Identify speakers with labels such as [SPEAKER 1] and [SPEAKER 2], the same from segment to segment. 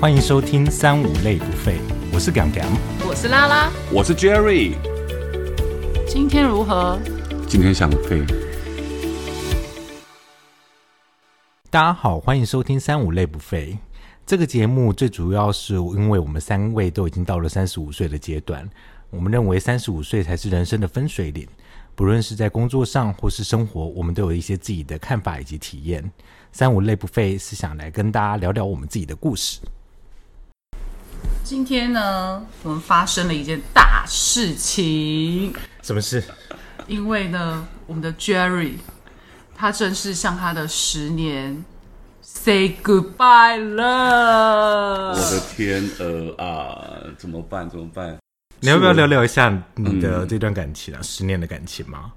[SPEAKER 1] 欢迎收听三五类不废，我是 Gang Gang。
[SPEAKER 2] 我是拉拉，
[SPEAKER 3] 我是 Jerry，
[SPEAKER 2] 今天如何？
[SPEAKER 3] 今天想飞，
[SPEAKER 1] 大家好，欢迎收听三五类不废。这个节目最主要是因为我们三位都已经到了三十五岁的阶段，我们认为三十五岁才是人生的分水岭。不论是在工作上或是生活，我们都有一些自己的看法以及体验。三五类不废是想来跟大家聊聊我们自己的故事。
[SPEAKER 2] 今天呢，我们发生了一件大事情，
[SPEAKER 1] 什么事？
[SPEAKER 2] 因为呢，我们的 Jerry 他正式向他的十年 say goodbye
[SPEAKER 3] 我
[SPEAKER 2] 了。
[SPEAKER 3] 的天鹅啊，怎么办？怎么办？
[SPEAKER 1] 你要不要聊聊一下你的这段感情啊？十年的感情吗？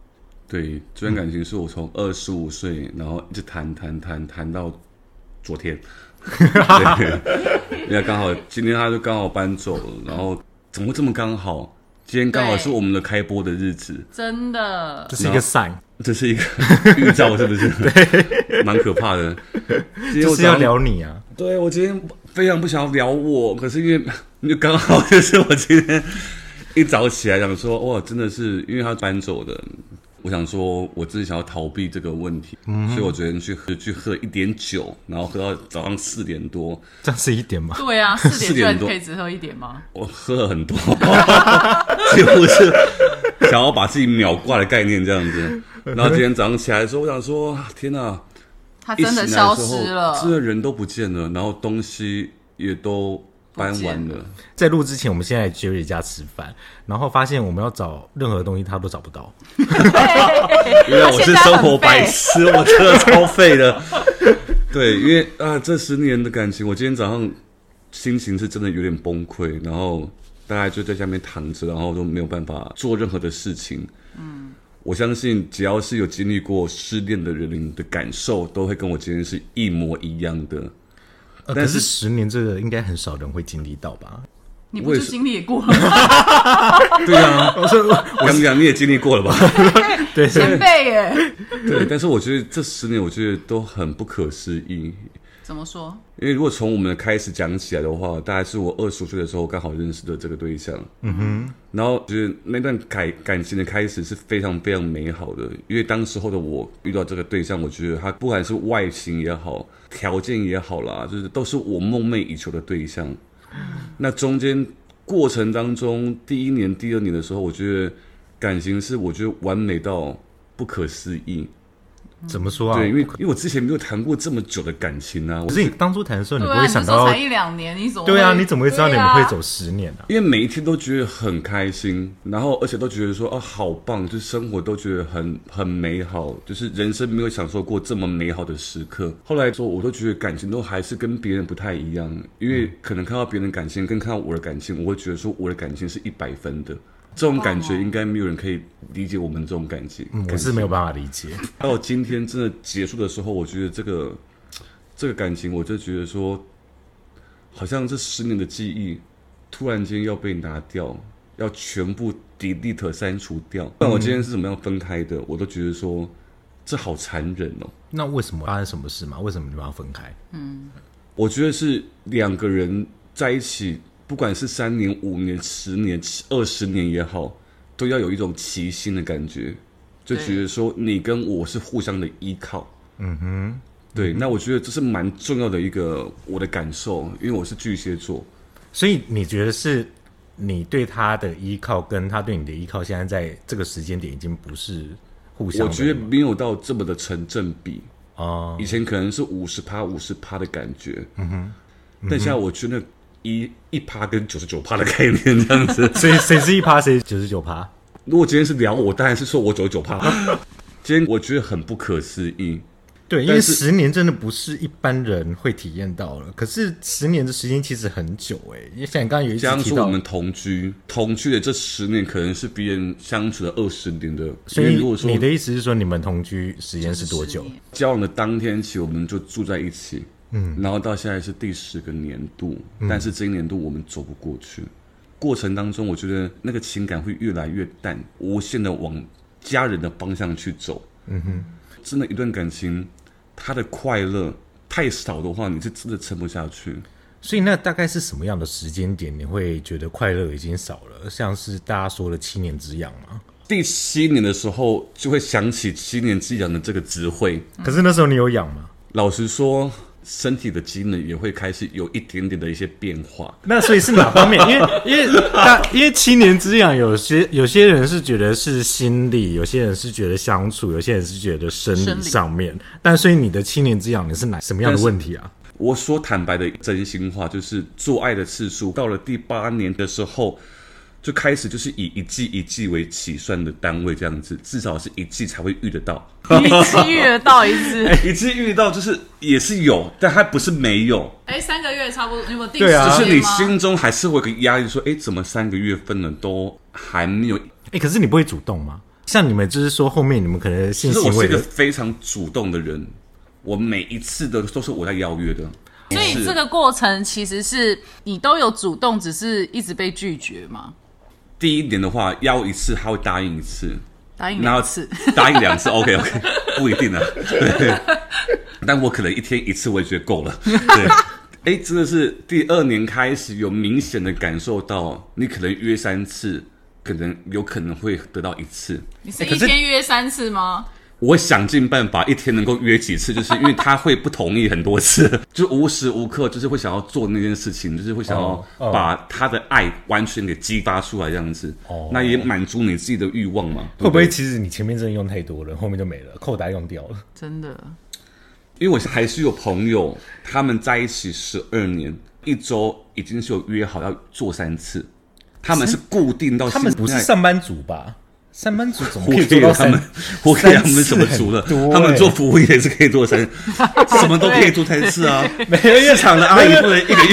[SPEAKER 3] 对，这段感情是我从二十五岁，然后一直谈谈谈谈到昨 天，对，因为刚好今天他就刚好搬走了，然后怎么会这么刚好？今天刚好
[SPEAKER 2] 对
[SPEAKER 3] 是我们的开播的日子，
[SPEAKER 2] 真的
[SPEAKER 1] 这，是一个 sign，
[SPEAKER 3] 这是一个 预兆，是不 是？蛮可怕的。今天
[SPEAKER 1] 就
[SPEAKER 3] 我
[SPEAKER 1] 是要
[SPEAKER 3] 早上
[SPEAKER 1] 聊你啊。
[SPEAKER 3] 对我今天非常不想要聊我，可是因为就刚好就是我今天一早起来想说，哇，真的是因为他搬走的，我想说我自己想要逃避这个问题，所以我昨天去喝去喝了一点酒，然后喝到早上四点多，
[SPEAKER 1] 这样是一点吗？
[SPEAKER 2] 对啊，四
[SPEAKER 3] 四
[SPEAKER 2] 点
[SPEAKER 3] 点
[SPEAKER 2] 就
[SPEAKER 3] 多
[SPEAKER 2] 可以只喝一点吗？
[SPEAKER 3] 我喝了很多， 几乎是想要把自己秒挂的概念这样子。然后今天早上起来的时候，我想说，天哪、
[SPEAKER 2] 他
[SPEAKER 3] 一
[SPEAKER 2] 啊真的
[SPEAKER 3] 醒来
[SPEAKER 2] 消
[SPEAKER 3] 的时候
[SPEAKER 2] 失了，
[SPEAKER 3] 真的人都不见了，然后东西也都搬
[SPEAKER 2] 不见
[SPEAKER 3] 完
[SPEAKER 2] 了
[SPEAKER 3] 了。
[SPEAKER 1] 在录之前，我们先来 Jerry 家吃饭，然后发现我们要找任何东西他都找不到。
[SPEAKER 3] 原来我是生活白痴，我真的超废 的。对，因为啊，这十年的感情，我今天早上心情是真的有点崩溃，然后大家就在下面躺着，然后都没有办法做任何的事情。嗯，我相信只要是有经历过失恋的人，你的感受都会跟我今天是一模一样的。
[SPEAKER 1] 呃、可
[SPEAKER 3] 但
[SPEAKER 1] 是
[SPEAKER 3] 是
[SPEAKER 1] 十年这个应该很少人会经历到 吧？
[SPEAKER 2] 你不就
[SPEAKER 3] 为什
[SPEAKER 2] 经历过了吗？
[SPEAKER 3] 对 啊，我说杨洋你也经历过了吧？
[SPEAKER 1] 对，
[SPEAKER 2] 前辈耶，
[SPEAKER 3] 对，但是我觉得这十年，我觉得都很不可思议。
[SPEAKER 2] 怎么说？
[SPEAKER 3] 因为如果从我们的开始讲起来的话，大概是我二十岁的时候刚好认识的这个对象。嗯哼，然后就是那段感感情的开始是非常非常美好的，因为当时候的我遇到这个对象，我觉得他不管是外形也好，条件也好啦，就是都是我梦寐以求的对象。那中间过程当中，第一年、第二年的时候，我觉得感情是我觉得完美到不可思议。
[SPEAKER 1] 怎么说啊？
[SPEAKER 3] 对，因为因为我之前没有谈过这么久的感情啊，我
[SPEAKER 1] 可是你当初谈的时候，你
[SPEAKER 2] 对
[SPEAKER 1] 不
[SPEAKER 2] 啊，你
[SPEAKER 1] 会
[SPEAKER 2] 那
[SPEAKER 1] 想
[SPEAKER 2] 时候
[SPEAKER 1] 到
[SPEAKER 2] 才，一两年，你怎么
[SPEAKER 1] 对啊，你怎么会知道你
[SPEAKER 2] 对
[SPEAKER 1] 们
[SPEAKER 2] 啊
[SPEAKER 1] 会走十年啊？
[SPEAKER 3] 因为每一天都觉得很开心，然后而且都觉得说啊好棒，就是生活都觉得很很美好，就是人生没有享受过这么美好的时刻。后来说，我都觉得感情都还是跟别人不太一样，因为可能看到别人的感情跟看到我的感情，我会觉得说我的感情是一百分的。这种感觉应该没有人可以理解我们这种感情。
[SPEAKER 1] 嗯我
[SPEAKER 3] 感
[SPEAKER 1] 是没有办法理解。
[SPEAKER 3] 到今天真的结束的时候，我觉得这个这个感情，我就觉得说，好像这十年的记忆突然间要被拿掉，要全部 delete 删除掉。但我今天是怎么样分开的，我都觉得说这好残忍哦。
[SPEAKER 1] 那为什么发生什么事嘛？为什么你们要分开？
[SPEAKER 3] 我觉得是两个人在一起，不管是三年、五年、十年、二十年也好，都要有一种齐心的感觉，就
[SPEAKER 2] 对
[SPEAKER 3] 觉得说你跟我是互相的依靠。嗯哼，对，那我觉得这是蛮重要的一个我的感受，因为我是巨蟹座，
[SPEAKER 1] 所以你觉得是你对他的依靠跟他对你的依靠，现在在这个时间点已经不是互相的
[SPEAKER 3] 我
[SPEAKER 1] 了吗？
[SPEAKER 3] 觉得没有到这么的成正比。
[SPEAKER 1] 哦，
[SPEAKER 3] 以前可能是五十趴、五十趴的感觉，啊嗯哼，但现在我觉得一一趴跟九十九趴的概念这样子。
[SPEAKER 1] 谁谁是一趴，谁九十九趴？
[SPEAKER 3] 如果今天是聊我，当然是说我九九趴。 今天我觉得很不可思议，
[SPEAKER 1] 对，因为
[SPEAKER 3] 但是
[SPEAKER 1] 十年真的不是一般人会体验到了。可是十年的时间其实很久哎、因为像你刚刚有一
[SPEAKER 3] 加
[SPEAKER 1] 次
[SPEAKER 3] 上
[SPEAKER 1] 提
[SPEAKER 3] 说
[SPEAKER 1] 到
[SPEAKER 3] 我，们同居，同居的这十年可能是别人相处的二十年的，
[SPEAKER 1] 所
[SPEAKER 3] 因
[SPEAKER 1] 以
[SPEAKER 3] 为如果说
[SPEAKER 1] 你的意思是说你们同居时
[SPEAKER 2] 啊
[SPEAKER 1] 间是多 久
[SPEAKER 2] 十？年
[SPEAKER 3] 交往的当天起，我们就住在一起，嗯，然后到现在是第十个年度，但是这一年度我们走不过去。过程当中，我觉得那个情感会越来越淡，无限的往家人的方向去走。嗯哼，真的，一段感情，他的快乐太少的话，你是真的撑不下去。
[SPEAKER 1] 所以那大概是什么样的时间点，你会觉得快乐已经少了？像是大家说的七年之痒嘛？
[SPEAKER 3] 第七年的时候就会想起七年之痒的这个词汇。
[SPEAKER 2] 嗯
[SPEAKER 1] 可是那时候你有痒吗？
[SPEAKER 3] 老实说，身体的机能也会开始有一点点的一些变化。
[SPEAKER 1] 那所以是哪方面？因为因为大因为七年之痒，有些有些人是觉得是心理，有些人是觉得相处，有些人是觉得生
[SPEAKER 2] 生
[SPEAKER 1] 理
[SPEAKER 2] 理
[SPEAKER 1] 上面。但所以你的七年之痒，你是哪什么样的问题啊？
[SPEAKER 3] 我说坦白的真心话，就是做爱的次数到了第八年的时候，就开始就是以一季一季为起算的单位，这样子，至少是一季才会遇得到。
[SPEAKER 2] 一次遇得到一次，
[SPEAKER 3] 一季遇到就是也是有，但它不是没有，
[SPEAKER 2] 哎，三个月差不多，你有没有定
[SPEAKER 1] 对啊
[SPEAKER 3] 只
[SPEAKER 2] 时
[SPEAKER 3] 是你
[SPEAKER 2] 间吗？
[SPEAKER 3] 心中还是会有个压力，说，哎，怎么三个月份了都还没有？
[SPEAKER 1] 哎、可是你不会主动吗？像你们就是说后面你们可能性
[SPEAKER 3] 其实
[SPEAKER 1] 行
[SPEAKER 3] 我是
[SPEAKER 1] 为
[SPEAKER 3] 一个
[SPEAKER 1] 的，
[SPEAKER 3] 非常主动的人，我每一次的都是我在邀约的。
[SPEAKER 2] 所以
[SPEAKER 3] 是
[SPEAKER 2] 这个过程其实是你都有主动，只是一直被拒绝嘛，
[SPEAKER 3] 第一年的话，邀一次他会答应一次，
[SPEAKER 2] 答
[SPEAKER 4] 嗯
[SPEAKER 2] 应
[SPEAKER 3] 然后
[SPEAKER 2] 两次。
[SPEAKER 3] 答应两次，OK OK，不一 定啊。对，但我可能一天一次，我也觉得够了。对，哎，真的是第二年开始有明显的感受到，你可能约三次，可能有可能会得到一次。
[SPEAKER 2] 你是
[SPEAKER 1] 哎可
[SPEAKER 2] 一
[SPEAKER 1] 是
[SPEAKER 2] 天约三次吗？
[SPEAKER 3] 我想尽办法一天能够约几次，就是因为他会不同意很多次， 就无时无刻就是会想要做那件事情，就是会想
[SPEAKER 1] 哦
[SPEAKER 3] 要
[SPEAKER 1] 哦
[SPEAKER 3] 把他的爱完全给激发出来这样子。
[SPEAKER 1] 哦
[SPEAKER 3] 那也满足你自己的欲望嘛？
[SPEAKER 1] 会
[SPEAKER 3] 对
[SPEAKER 1] 不会其实你前面真的用太多了，后面就没了，扣打用掉了？
[SPEAKER 2] 真的，
[SPEAKER 3] 因为我还是有朋友，他们在一起十二年，一周已经是有约好要做三次，他们是固定到
[SPEAKER 1] 他们
[SPEAKER 3] 现在
[SPEAKER 1] 不是 上班族吧？上班族怎么
[SPEAKER 3] 我
[SPEAKER 1] 可以
[SPEAKER 3] 给
[SPEAKER 1] 做到
[SPEAKER 3] 他
[SPEAKER 1] 三
[SPEAKER 3] 们？，我给他们什么足 了？
[SPEAKER 1] 三次很多
[SPEAKER 3] 他们
[SPEAKER 1] 欸
[SPEAKER 3] 做服务业也是可以做三， 什么都可以做三次啊。
[SPEAKER 1] 没有，因为
[SPEAKER 3] 市场的阿姨 不能一个月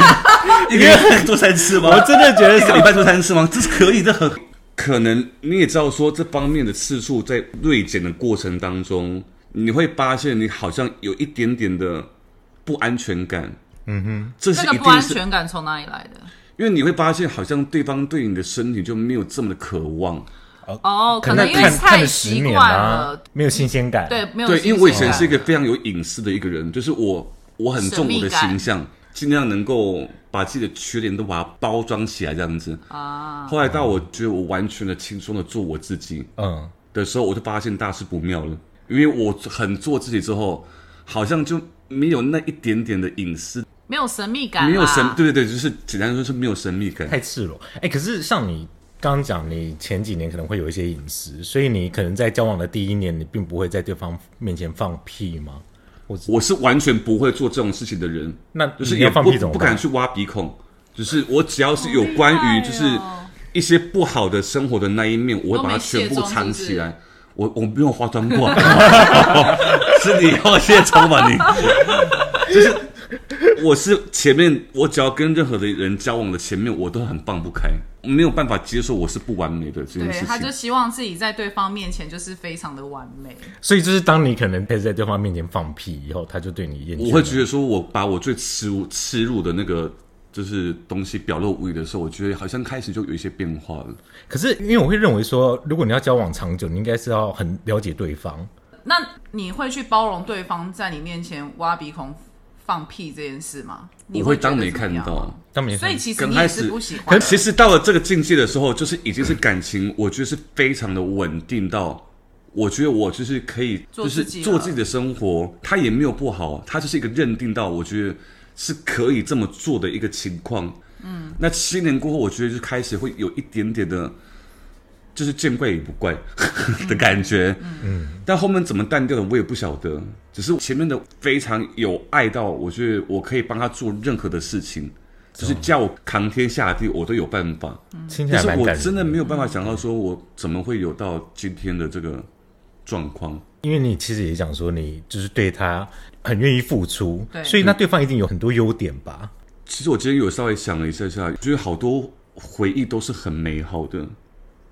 [SPEAKER 3] 一个月做三次吗？
[SPEAKER 1] 我真的觉得
[SPEAKER 3] 一
[SPEAKER 1] 是
[SPEAKER 3] 个礼拜做三次吗？这是可以的很。可能你也知道，说这方面的次数在锐减的过程当中，你会发现你好像有一点点的不安全感。嗯哼，这是
[SPEAKER 2] 这个
[SPEAKER 3] 一
[SPEAKER 2] 不安
[SPEAKER 3] 定是，
[SPEAKER 2] 全感从哪里来的？
[SPEAKER 3] 因为你会发现好像对方对你的身体就没有这么的渴望。
[SPEAKER 2] 哦，可
[SPEAKER 1] 能
[SPEAKER 2] 能因为
[SPEAKER 1] 看看
[SPEAKER 2] 太
[SPEAKER 1] 了十
[SPEAKER 2] 习
[SPEAKER 1] 年
[SPEAKER 2] 惯
[SPEAKER 1] 啊
[SPEAKER 2] 了，，
[SPEAKER 1] 没有新鲜感。
[SPEAKER 2] 对，，没有
[SPEAKER 3] 对，
[SPEAKER 2] 新鲜感。
[SPEAKER 3] 因为我以前是一个非常有隐私的一个人，就是我我很重我的形象，尽量能够把自己的缺点都把它包装起来，这样子啊。后来到我觉得我完全的轻松的做我自己
[SPEAKER 1] 嗯，
[SPEAKER 3] 的时候，我就发现大事不妙了，因为我很做自己之后，好像就没有那一点点的隐私，
[SPEAKER 2] 没有神秘感啦，
[SPEAKER 3] 没有神，对对对，就是简单说是没有神秘感。
[SPEAKER 1] 太赤裸。哎、可是像你刚刚讲，你前几年可能会有一些隐私，所以你可能在交往的第一年，你并不会在对方面前放屁吗？
[SPEAKER 3] 我是完全不会做这种事情的人，
[SPEAKER 1] 那
[SPEAKER 3] 就是
[SPEAKER 1] 你要
[SPEAKER 3] 也
[SPEAKER 1] 放
[SPEAKER 3] 不
[SPEAKER 1] 屁怎么
[SPEAKER 3] 不
[SPEAKER 1] 办
[SPEAKER 3] 敢去挖鼻孔，就是我只要是有关于就是
[SPEAKER 2] 哦
[SPEAKER 3] 一些不好的生活的那一面，我会把它全部藏起来。我我没有化妆 过、 啊，是你要卸妆吧你？就是我是前面我只要跟任何的人交往的前面，我都很放不开，没有办法接受我是不完美的这件
[SPEAKER 2] 对，
[SPEAKER 3] 事
[SPEAKER 2] 他就
[SPEAKER 3] 情。
[SPEAKER 2] 希望自己在对方面前就是非常的完美。
[SPEAKER 1] 所以就是当你可能开始在对方面前放屁以后，他就对你厌倦。
[SPEAKER 3] 我会觉得说，我把我最耻辱、耻辱的那个就是东西表露无遗的时候，我觉得好像开始就有一些变化了。
[SPEAKER 1] 可是因为我会认为说，如果你要交往长久，你应该是要很了解对方。
[SPEAKER 2] 那你会去包容对方在你面前挖鼻孔、放屁这件事吗？你
[SPEAKER 3] 我会
[SPEAKER 2] 觉得
[SPEAKER 3] 当没
[SPEAKER 2] 怎么
[SPEAKER 3] 看
[SPEAKER 2] 样
[SPEAKER 3] 到。
[SPEAKER 1] 他们也
[SPEAKER 2] 所以其实
[SPEAKER 3] 刚
[SPEAKER 2] 你也
[SPEAKER 3] 开始
[SPEAKER 2] 是不喜欢啊
[SPEAKER 3] 可
[SPEAKER 2] 的，
[SPEAKER 3] 其实到了这个境界的时候，就是已经是感情，我觉得是非常的稳定到，我觉得我就是可以，
[SPEAKER 2] 做
[SPEAKER 3] 就是
[SPEAKER 2] 自己了
[SPEAKER 3] 做自己的生活，他也没有不好，他就是一个认定到，我觉得是可以这么做的一个情况。嗯，那七年过后，我觉得就开始会有一点点的，就是见怪也不怪 的感觉。嗯，但后面怎么淡掉的，我也不晓得。只是前面的非常有爱到，我觉得我可以帮他做任何的事情，只是叫我扛天下地，我都有办法。
[SPEAKER 1] 听起来
[SPEAKER 3] 但是
[SPEAKER 1] 蛮
[SPEAKER 3] 我
[SPEAKER 1] 感人。
[SPEAKER 3] 真的没有办法想到，说我怎么会有到今天的这个状况。
[SPEAKER 1] 因为你其实也讲说，你就是对他很愿意付出，
[SPEAKER 2] 对
[SPEAKER 1] 所以那对方一定有很多优点吧？
[SPEAKER 3] 其实我今天有稍微想了一下下，觉得好多回忆都是很美好的。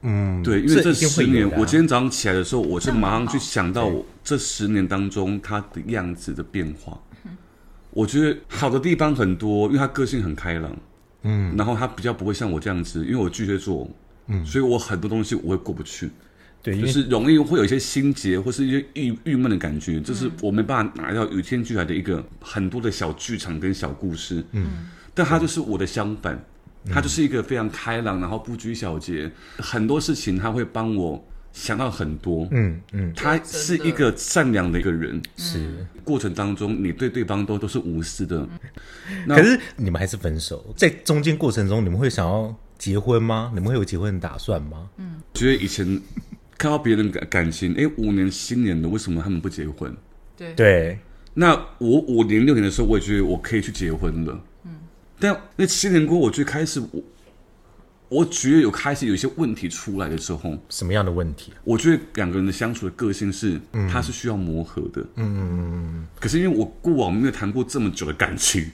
[SPEAKER 3] 嗯，对，因为
[SPEAKER 1] 这
[SPEAKER 3] 这
[SPEAKER 1] 一定会
[SPEAKER 3] 十年，
[SPEAKER 1] 有的啊
[SPEAKER 3] 我今天早上起来的时候，我是马上去
[SPEAKER 2] 那很好
[SPEAKER 3] 想到我这十年当中他的样子的变化。
[SPEAKER 1] 嗯
[SPEAKER 3] 我觉得好的地方很多，因为他个性很开朗，嗯，然后他比较不会像我这样子，因为我巨蟹座，嗯，所以我很多东西我会过不去，
[SPEAKER 1] 对，因
[SPEAKER 3] 就
[SPEAKER 1] 为
[SPEAKER 3] 是容易会有一些心结或是一些郁郁闷的感觉，这是我没办法拿到与天俱来的一个很多的小剧场跟小故事。嗯，但他就是我的相反，
[SPEAKER 1] 嗯
[SPEAKER 3] 他就是一个非常开朗，然后不拘小节，很多事情他会帮我想到很多。
[SPEAKER 1] 嗯嗯，
[SPEAKER 3] 他
[SPEAKER 2] 真的
[SPEAKER 3] 是一个善良的一个人，
[SPEAKER 1] 是。
[SPEAKER 3] 过程当中你对对方都都是无私的。那
[SPEAKER 1] 可是你们还是分手，在中间过程中，你们会想要结婚吗？你们会有结婚的打算吗？
[SPEAKER 2] 嗯
[SPEAKER 3] 觉得以前看到别人感感情，哎，五年七年的，为什么他们不结婚？
[SPEAKER 2] 对
[SPEAKER 1] 对，
[SPEAKER 3] 那我五年六年的时候，我也觉得我可以去结婚了。嗯，但那七年过后，我就开始我，我觉得有开始有一些问题出来的时候，
[SPEAKER 1] 什么样的问题？
[SPEAKER 3] 我觉得两个人的相处的个性是，他是需要磨合的。嗯嗯嗯嗯。可是因为我过往没有谈过这么久的感情，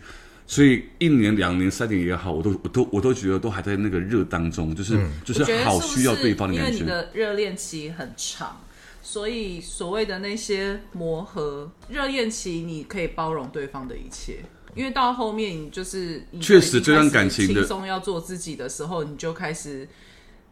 [SPEAKER 3] 所以一年、两年、三年也好，我都我都我都觉得都还在那个热当中，就是、就是
[SPEAKER 4] 我觉得是
[SPEAKER 3] 好
[SPEAKER 4] 不
[SPEAKER 3] 需要
[SPEAKER 4] 是
[SPEAKER 3] 对方的
[SPEAKER 4] 因为
[SPEAKER 3] 感
[SPEAKER 4] 你
[SPEAKER 3] 觉。
[SPEAKER 4] 的热恋期很长，所以所谓的那些磨合，热恋期你可以包容对方的一切。因为到后面你就是你
[SPEAKER 3] 确实这段
[SPEAKER 4] 开
[SPEAKER 3] 感
[SPEAKER 4] 始
[SPEAKER 3] 情的
[SPEAKER 4] 轻松要做自己的时候，你就开始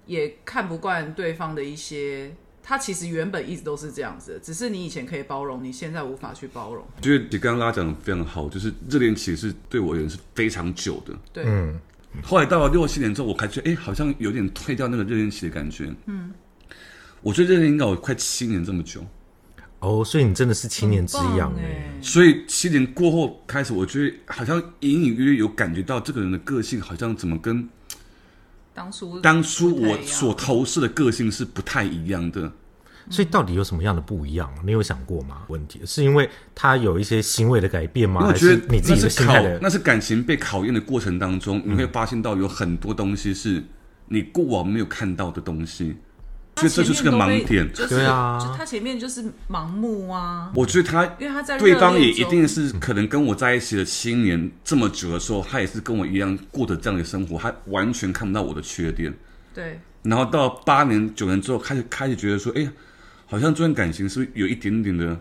[SPEAKER 4] 也看不惯对方的一些，他其实原本一直都是这样子的，只是你以前可以包容，你现在无法去包容。
[SPEAKER 3] 我觉得你刚刚拉讲的非常好，就是热恋期是对我而言是非常久的。
[SPEAKER 4] 对，
[SPEAKER 1] 嗯
[SPEAKER 3] 后来到了六七年之后，我感觉哎，好像有点退掉那个热恋期的感觉。嗯，我觉得热恋应该有快七年这么久，
[SPEAKER 1] 哦，所以你真的是七年之痒
[SPEAKER 4] 哎、
[SPEAKER 2] 欸
[SPEAKER 1] 哎，
[SPEAKER 2] 嗯
[SPEAKER 3] 所以七年过后开始，我觉得好像隐隐约约有感觉到这个人的个性好像怎么跟
[SPEAKER 4] 当初
[SPEAKER 3] 当初
[SPEAKER 4] 不太一
[SPEAKER 3] 我
[SPEAKER 4] 样
[SPEAKER 3] 所投射的个性是不太一样的。
[SPEAKER 1] 所以到底有什么样的不一样？你有想过吗？问题是因为他有一些行为的改变吗？
[SPEAKER 3] 因为我
[SPEAKER 1] 还
[SPEAKER 3] 觉
[SPEAKER 1] 是
[SPEAKER 3] 得
[SPEAKER 1] 你自己
[SPEAKER 3] 那
[SPEAKER 1] 的
[SPEAKER 3] 是
[SPEAKER 1] 心
[SPEAKER 3] 考
[SPEAKER 1] 态的？嗯
[SPEAKER 3] 那是感情被考验的过程当中，你会发现到有很多东西是你过往没有看到的东西，所以这就是个盲点。
[SPEAKER 4] 就是、
[SPEAKER 1] 对啊
[SPEAKER 4] 就他前面就是盲目啊，
[SPEAKER 3] 我觉得他
[SPEAKER 4] 因为他在
[SPEAKER 3] 对方也
[SPEAKER 4] 热恋
[SPEAKER 3] 一
[SPEAKER 4] 中
[SPEAKER 3] 定是可能跟我在一起了七年这么久的时候，他也是跟我一样过着这样的生活，他完全看不到我的缺点。
[SPEAKER 4] 对
[SPEAKER 3] 然后到八年九年之后，开始开始觉得说，哎呀，好像这段感情是不是有一点点的，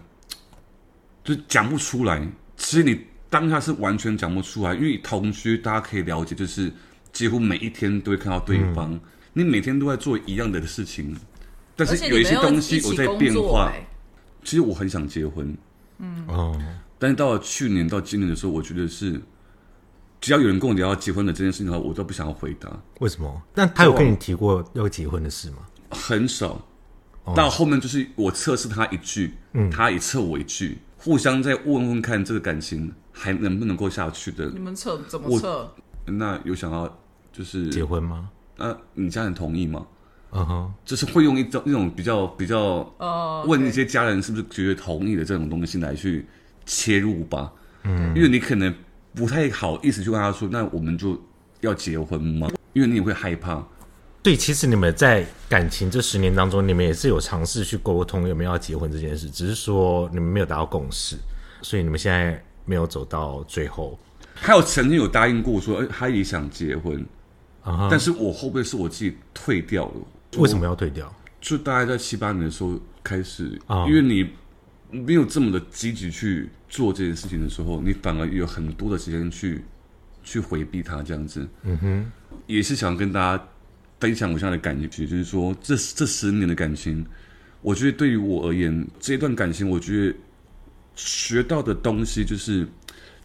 [SPEAKER 3] 就讲不出来。其实你当下是完全讲不出来，因为同居大家可以了解，就是几乎每一天都会看到对方，你每天都在做一样的事情，但
[SPEAKER 4] 而
[SPEAKER 3] 是
[SPEAKER 4] 且
[SPEAKER 3] 有
[SPEAKER 4] 你
[SPEAKER 3] 一
[SPEAKER 4] 们
[SPEAKER 3] 些
[SPEAKER 4] 又
[SPEAKER 3] 东
[SPEAKER 4] 一
[SPEAKER 3] 西
[SPEAKER 4] 起
[SPEAKER 3] 有在
[SPEAKER 4] 工
[SPEAKER 3] 变
[SPEAKER 4] 作
[SPEAKER 3] 化。
[SPEAKER 4] 哎
[SPEAKER 3] 其实我很想结婚，
[SPEAKER 1] 哦，
[SPEAKER 3] 但是到了去年到今年的时候，我觉得是，只要有人跟我聊到结婚的这件事情的话，我都不想要回答，
[SPEAKER 1] 为什么？那啊他有跟你提过要结婚的事吗？
[SPEAKER 3] 很少。
[SPEAKER 1] 哦
[SPEAKER 3] 到后面就是我测试他一句，
[SPEAKER 1] 嗯
[SPEAKER 3] 他也测我一句，互相再问问看这个感情还能不能够下去的
[SPEAKER 4] 你。们测怎么
[SPEAKER 3] 我
[SPEAKER 4] 测？
[SPEAKER 3] 那有想要就是
[SPEAKER 1] 结，婚吗？
[SPEAKER 3] 那你家人同意吗？
[SPEAKER 1] 嗯哼，
[SPEAKER 3] 就是会用一种那种比较比较
[SPEAKER 4] 呃，
[SPEAKER 3] 问
[SPEAKER 4] 对
[SPEAKER 3] 一些家人是不是觉得同意的这种东西来去切入吧，嗯，因为你可能不太好意思去跟他说，那我们就要结婚吗？因为你也会害怕，
[SPEAKER 1] 对，其实你们在感情这十年当中，你们也是有尝试去沟通有没有要结婚这件事，只是说你们没有达到共识，所以你们现在没有走到最后。
[SPEAKER 3] 还有曾经有答应过说，哎，他也想结婚，
[SPEAKER 1] 啊哈
[SPEAKER 3] 但是我会不会是我自己退掉了？
[SPEAKER 1] 为什么要退掉？
[SPEAKER 3] 就大概在七八年的时候开始，
[SPEAKER 1] 啊
[SPEAKER 3] 因为你没有这么的积极去做这件事情的时候，你反而有很多的时间去去回避它，这样子。嗯哼，也是想跟大家分享我现在的感觉，就是说这这十年的感情，我觉得对于我而言，这段感情，我觉得学到的东西就是。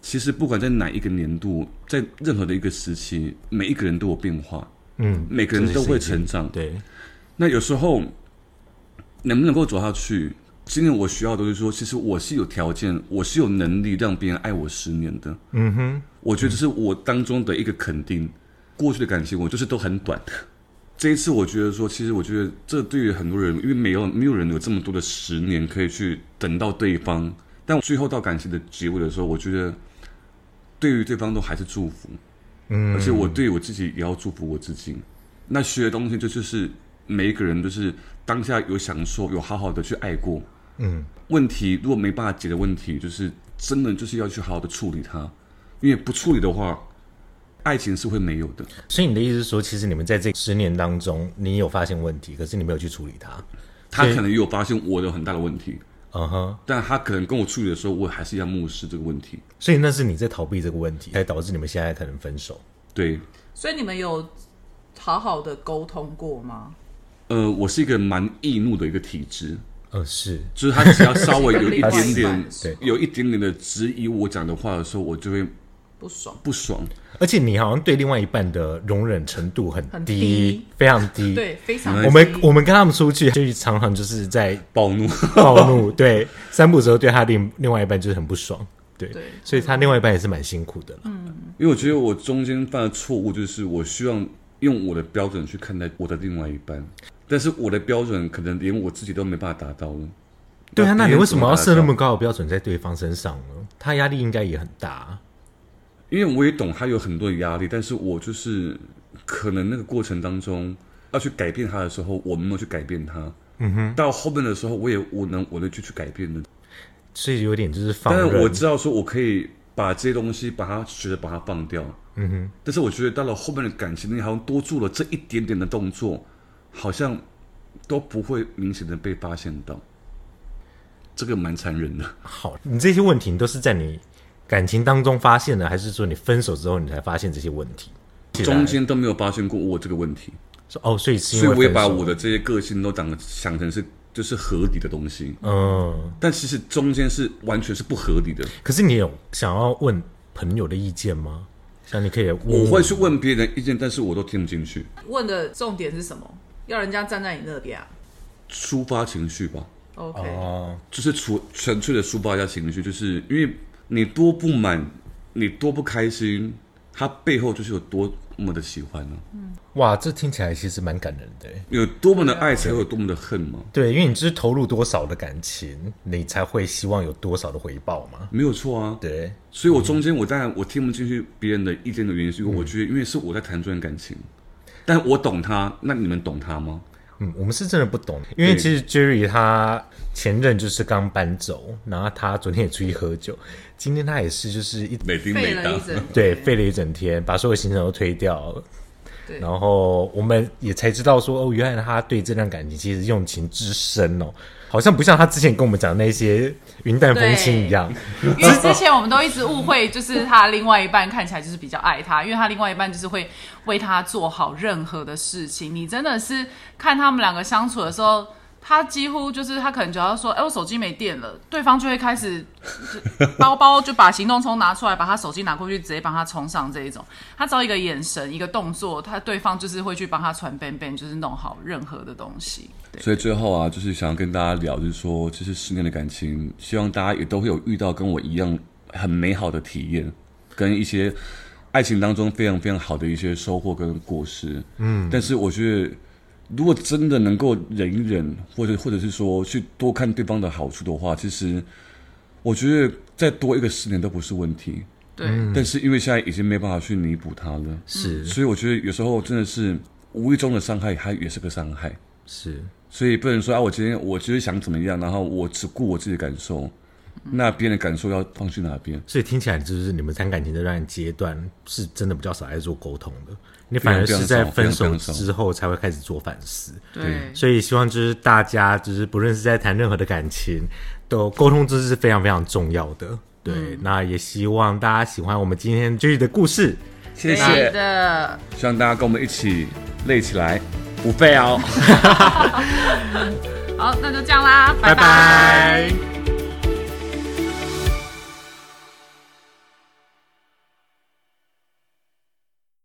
[SPEAKER 3] 其实不管在哪一个年度，在任何的一个时期，每一个人都有变化，
[SPEAKER 1] 嗯，
[SPEAKER 3] 每个人都
[SPEAKER 1] 这是一
[SPEAKER 3] 会
[SPEAKER 1] 件
[SPEAKER 3] 成长。
[SPEAKER 1] 对，
[SPEAKER 3] 那有时候能不能够走下去，今天我需要的就是说，其实我是有条件，我是有能力让别人爱我十年的。嗯哼，我觉得这是我当中的一个肯定。过去的感情我就是都很短。这一次我觉得说，其实我觉得这对于很多人，因为没有没有人有这么多的十年可以去等到对方，但最后到感情的结尾的时候，我觉得对于对方都还是祝福，嗯，而且我对我自己也要祝福我自己。那学的东西就就是每一个人就是当下有享受，有好好的去爱过。
[SPEAKER 1] 嗯，
[SPEAKER 3] 问题如果没办法解的问题，就是真的就是要去好好的处理它，因为不处理的话，爱情是会没有的。
[SPEAKER 1] 所以你的意思是说，其实你们在这十年当中，你有发现问题，可是你没有去处理它。
[SPEAKER 3] 他
[SPEAKER 1] 对
[SPEAKER 3] 可能也有发现我有很大的问题，
[SPEAKER 1] 嗯哼，
[SPEAKER 3] 但他可能跟我处理的时候，我还是一样漠视这个问题。
[SPEAKER 1] 所以那是你在逃避这个问题，才导致你们现在可能分手。
[SPEAKER 3] 对，
[SPEAKER 4] 所以你们有好好的沟通过吗？
[SPEAKER 3] 呃，我是一个蛮易怒的一个体质，
[SPEAKER 1] 呃，是
[SPEAKER 3] 就是他只要稍微有一
[SPEAKER 4] 另外
[SPEAKER 3] 点
[SPEAKER 4] 一半
[SPEAKER 3] 点
[SPEAKER 4] 的时
[SPEAKER 1] 对
[SPEAKER 4] 候
[SPEAKER 3] 有一点点的质疑我讲的话的时候，我就会
[SPEAKER 4] 不爽。
[SPEAKER 3] 不爽，
[SPEAKER 1] 而且你好像对另外一半的容忍程度很低，
[SPEAKER 4] 很低
[SPEAKER 1] 非常低。
[SPEAKER 4] 对，，非常
[SPEAKER 1] 我们
[SPEAKER 4] 低
[SPEAKER 1] 我们跟他们出去，就是常常就是在
[SPEAKER 3] 暴怒。
[SPEAKER 1] 暴怒，对，三步之后对他另另外一半就是很不爽，对，
[SPEAKER 4] 对
[SPEAKER 1] 所以他另外一半也是蛮辛苦的啦。
[SPEAKER 3] 因为我觉得我中间犯的错误就是，我希望用我的标准去看待我的另外一半，但是我的标准可能连我自己都没办法达到了。
[SPEAKER 1] 对啊，那你为什么要设那么
[SPEAKER 3] 高？
[SPEAKER 1] 高的标准在对方身上呢？他压力应该也很大啊，
[SPEAKER 3] 因为我也懂他有很多的压力，但是我就是可能那个过程当中要去改变他的时候，我没有去改变他。嗯哼，到后面的时候，我也我能我能去去改变的，
[SPEAKER 1] 所以有点就是放
[SPEAKER 3] 但是我
[SPEAKER 1] 任。
[SPEAKER 3] 知道说我可以把这些东西把它学着把它放掉。嗯哼，但是我觉得到了后面的感情，你好像多做了这一点点的动作，好像都不会明显的被发现到，这个蛮残忍的。
[SPEAKER 1] 好，你这些问题都是在你感情当中发现的，还是说你分手之后你才发现这些问题？
[SPEAKER 3] 中间都没有发现过我这个问题。
[SPEAKER 1] 说哦，所以是因
[SPEAKER 3] 所以
[SPEAKER 1] 为
[SPEAKER 3] 我也
[SPEAKER 1] 分手
[SPEAKER 3] 把我的这些个性都当想成是就是合理的东西，
[SPEAKER 1] 嗯，
[SPEAKER 3] 但其实中间是完全是不合理的。
[SPEAKER 1] 可是你有想要问朋友的意见吗？像你可以问
[SPEAKER 3] 我会去问别人意见，但是我都听不进去，
[SPEAKER 4] 问的重点是什么？要人家站在你那边啊
[SPEAKER 3] 抒发情绪吧，
[SPEAKER 4] ？OK，、
[SPEAKER 1] 哦，
[SPEAKER 3] 就是纯纯粹的抒发一下情绪，就是因为你多不满，你多不开心，他背后就是有多么的喜欢呢、
[SPEAKER 1] 哇，这听起来其实蛮感人的耶。
[SPEAKER 3] 有多么的爱才会有多么的恨嘛，
[SPEAKER 1] 对，因为你就是投入多少的感情，你才会希望有多少的回报嘛。
[SPEAKER 3] 没有错啊。
[SPEAKER 1] 对，
[SPEAKER 3] 所以我中间我当然我听不进去别人的意见的原因，是因为我觉得因为是我在谈这段感情，但我懂他，那你们懂他吗？
[SPEAKER 1] 嗯，我们是真的不懂，因为其实 Jerry 他前任就是刚搬走，然后他昨天也出去喝酒，今天他也是就是一
[SPEAKER 3] 美丁
[SPEAKER 4] 废
[SPEAKER 3] 美
[SPEAKER 4] 了
[SPEAKER 3] 当
[SPEAKER 4] 一， 整
[SPEAKER 1] 对废了一整天，把所有行程都推掉了。
[SPEAKER 4] 对
[SPEAKER 1] 然后我们也才知道说，哦，原来他对这段感情其实用情至深哦，好像不像他之前跟我们讲的那些云淡风轻一样。
[SPEAKER 4] 因为之前我们都一直误会，就是他另外一半看起来就是比较爱他，因为他另外一半就是会为他做好任何的事情。你真的是看他们两个相处的时候，他几乎就是他可能只要说：“哎、我手机没电了”，对方就会开始就包包就把行动充拿出来，把他手机拿过去，直接帮他充上这一种。他只要一个眼神、一个动作，他对方就是会去帮他传 ben ben，就是弄好任何的东西。对，
[SPEAKER 3] 所以最后啊，就是想要跟大家聊，就是说这是十年的感情，希望大家也都会有遇到跟我一样很美好的体验，跟一些爱情当中非常非常好的一些收获跟果实。嗯，但是我觉得。如果真的能够忍一忍，或者或者是说去多看对方的好处的话，其实我觉得再多一个十年都不是问题。
[SPEAKER 4] 对，
[SPEAKER 3] 但是因为现在已经没办法去弥补它了，
[SPEAKER 1] 是
[SPEAKER 3] 所以我觉得有时候真的是无意中的伤害，它也是个伤害。
[SPEAKER 1] 是，
[SPEAKER 3] 所以不能说啊，我今天我就是想怎么样，然后我只顾我自己的感受，那别人的感受要放去哪边？
[SPEAKER 1] 所以听起来就是你们谈感情这段阶段是真的比较少在做沟通的，你反而是在分手之后才会开始做反思。
[SPEAKER 4] 对，
[SPEAKER 1] 所以希望就是大家就是不论是在谈任何的感情，都沟通这是非常非常重要的。对，那也希望大家喜欢我们今天剧的故事。
[SPEAKER 3] 谢
[SPEAKER 4] 是，的。
[SPEAKER 3] 希望大家跟我们一起累起来，不废哦。
[SPEAKER 4] 好，那就这样啦，拜
[SPEAKER 1] 拜拜
[SPEAKER 4] 拜